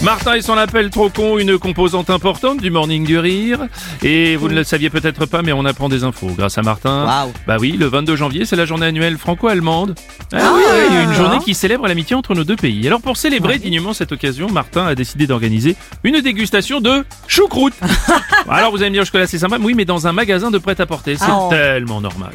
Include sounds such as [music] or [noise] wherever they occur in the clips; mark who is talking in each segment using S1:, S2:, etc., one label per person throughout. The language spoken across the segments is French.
S1: Martin et son appel trop con, une composante importante du Morning du Rire. Et vous ne le saviez peut-être pas, mais on apprend des infos grâce à Martin.
S2: Waouh.
S1: Bah oui, le 22 janvier, c'est la journée annuelle franco-allemande. Ah, oui, oui, une journée qui célèbre l'amitié entre nos deux pays. Alors pour célébrer dignement cette occasion, Martin a décidé d'organiser une dégustation de
S2: [laughs]
S1: choucroute. Alors vous allez me dire jusque-là, c'est sympa. Oui, mais dans un magasin de prêt-à-porter, c'est
S2: Ah, oh.
S1: tellement normal.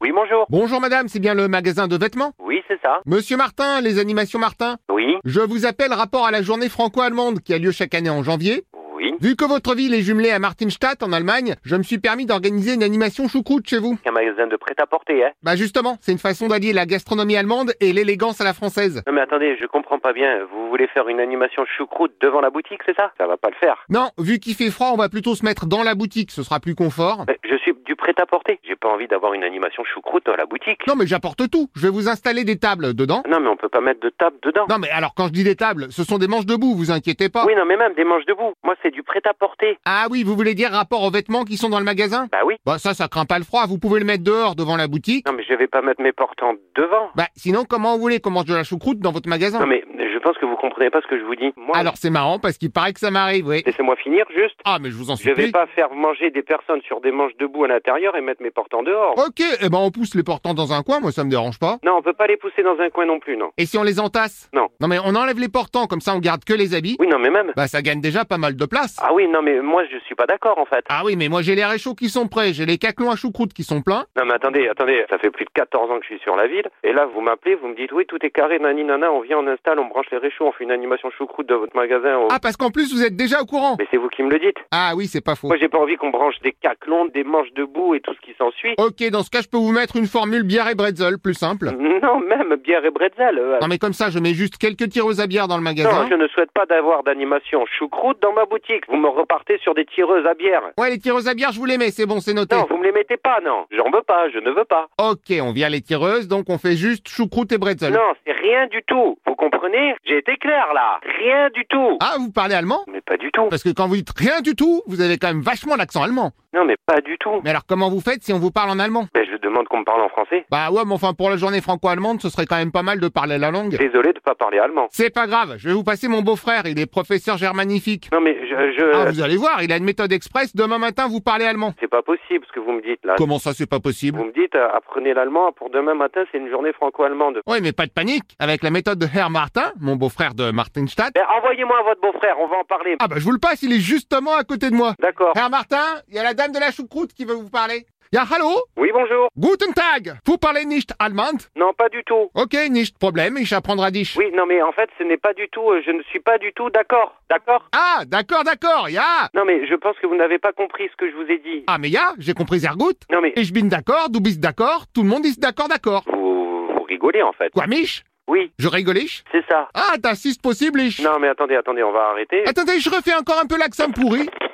S3: Oui, bonjour.
S4: Bonjour madame, c'est bien le magasin de vêtements
S3: Oui, c'est ça.
S4: Monsieur Martin, les animations Martin
S3: Oui,
S4: Je vous appelle rapport à la journée franco-allemande qui a lieu chaque année en janvier.
S3: oui.
S4: Vu que votre ville est jumelée à Martinstadt en Allemagne, je me suis permis d'organiser une animation choucroute chez vous.
S3: Un magasin de prêt-à-porter, hein.
S4: Bah justement, c'est une façon d'allier la gastronomie allemande et l'élégance à la française.
S3: Non, mais attendez, je comprends pas bien. Vous voulez faire une animation choucroute devant la boutique, c'est ça Ça va pas le faire.
S4: Non, vu qu'il fait froid, on va plutôt se mettre dans la boutique, ce sera plus confort.
S3: Mais je suis du prêt-à-porter. J'ai pas envie d'avoir une animation choucroute dans la boutique.
S4: Non mais j'apporte tout, je vais vous installer des tables dedans.
S3: Non, mais on peut pas mettre de table dedans.
S4: Non mais alors quand je dis des tables, ce sont des manches debout, vous inquiétez pas.
S3: Oui, non, mais même des manches debout. Moi, c'est du prêt-à-porter.
S4: Ah oui, vous voulez dire rapport aux vêtements qui sont dans le magasin
S3: Bah oui.
S4: Bah ça, ça craint pas le froid, vous pouvez le mettre dehors devant la boutique.
S3: Non, mais je vais pas mettre mes portants devant.
S4: Bah sinon comment vous voulez qu'on mange de la choucroute dans votre magasin
S3: Non, mais je pense que vous comprenez pas ce que je vous dis. Moi,
S4: Alors c'est marrant parce qu'il paraît que ça m'arrive, oui.
S3: laissez-moi finir juste.
S4: Ah mais je vous en
S3: Je vais
S4: supplie.
S3: pas faire manger des personnes sur des manches debout à l'intérieur et mettre mes portants dehors.
S4: Ok, eh ben on pousse les portants dans un coin, moi ça me dérange pas.
S3: Non, on peut pas les pousser dans un coin non plus, non.
S4: Et si on les entasse
S3: Non.
S4: Non mais on enlève les portants, comme ça on garde que les habits.
S3: Oui, non, mais même.
S4: Bah ça gagne déjà pas mal de place.
S3: Ah oui, non, mais moi, je suis pas d'accord, en fait.
S4: Ah oui, mais moi j'ai les réchauds qui sont prêts, j'ai les caclons à choucroute qui sont pleins.
S3: Non mais attendez, attendez, ça fait plus de 14 ans que je suis sur la ville, et là vous m'appelez, vous me dites oui tout est carré, nani nana, on vient, on installe, on branche les réchauds, on fait une animation choucroute de votre magasin. au-
S4: Ah parce qu'en plus vous êtes déjà au courant.
S3: Mais c'est vous qui me le dites.
S4: Ah oui, c'est pas faux.
S3: Moi j'ai pas envie qu'on branche des caclons, des manches debout et tout ce qui s'ensuit.
S4: Ok, dans ce cas je peux vous mettre une formule bière et bretzel, plus
S3: Euh,
S4: simple.
S3: Non même bière et bretzel. euh,
S4: Non mais comme ça je mets juste quelques tireuses à bière dans le
S3: Non,
S4: magasin.
S3: je ne souhaite pas d'avoir d'animation choucroute dans ma boutique. Vous me repartez sur des tireuses à bière.
S4: Ouais, les tireuses à bière je vous les mets, c'est bon, c'est noté.
S3: Non, vous me les mettez pas, non. J'en veux pas, je ne veux pas.
S4: Ok, on vient les tireuses, donc on fait juste choucroute et bretzel.
S3: Non, c'est rien du tout. Vous comprenez J'ai été clair là. Rien du tout.
S4: Ah, vous parlez allemand
S3: Mais pas du tout.
S4: Parce que quand vous dites rien du tout, vous avez quand même vachement l'accent allemand.
S3: Non, mais pas du tout.
S4: Mais alors comment vous faites si on vous parle en allemand
S3: Ben, je demande qu'on me parle en français.
S4: Bah ouais, mais enfin pour la journée franco-allemande, ce serait quand même pas mal de parler la langue.
S3: Désolé de pas parler allemand.
S4: C'est pas grave, je vais vous passer mon beau-frère, il est professeur germanifique.
S3: Non mais je, je...
S4: Ah, vous allez voir, il a une méthode express, demain matin vous parlez allemand.
S3: c'est pas possible ce que vous me dites là.
S4: Comment ça, c'est pas possible
S3: Vous me dites euh, apprenez l'allemand pour demain matin, c'est une journée franco-allemande.
S4: Oui, mais pas de panique, avec la méthode de Herr Martin, mon beau-frère de Martinstadt.
S3: Ben, envoyez-moi à votre beau-frère, on va en parler.
S4: Ah bah je vous le passe, il est justement à côté de moi.
S3: D'accord.
S4: Herr Martin, il y a la dame de la choucroute qui veut vous parler. Ja, hallo
S3: Oui, bonjour.
S4: Guten Tag Vous parlez nicht Allemand
S3: Non, pas du tout.
S4: Ok, nicht Problem, ich apprendrai dich.
S3: Oui, non mais en fait, ce n'est pas du tout euh, je ne suis pas du tout d'accord. D'accord
S4: Ah, d'accord, d'accord, ja
S3: Non mais je pense que vous n'avez pas compris ce que je vous ai dit.
S4: Ah mais ja, j'ai compris sehr gut.
S3: Non mais
S4: Ich bin d'accord, du bist d'accord, tout le monde ist d'accord, d'accord.
S3: vous, vous rigolez en fait.
S4: Quoi, mich
S3: Oui,
S4: Je rigole ich
S3: c'est ça.
S4: Ah, das ist possible ich
S3: Non mais attendez, attendez, on va arrêter.
S4: Attendez, je refais encore un peu l'accent pourri. [laughs]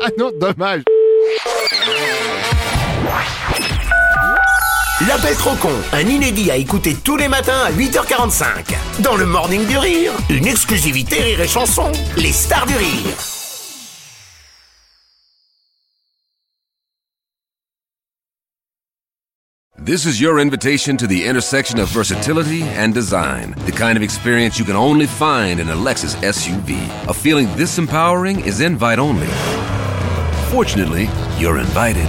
S4: ah non, dommage.
S5: L'appel trop con, un inédit à écouter tous les matins à 8h45. Dans le Morning du Rire, une exclusivité Rire et Chanson, les stars du rire.
S6: This is your invitation to the intersection of versatility and design. The kind of experience you can only find in a Lexus SUV. A feeling this empowering is invite only. Fortunately, you're invited.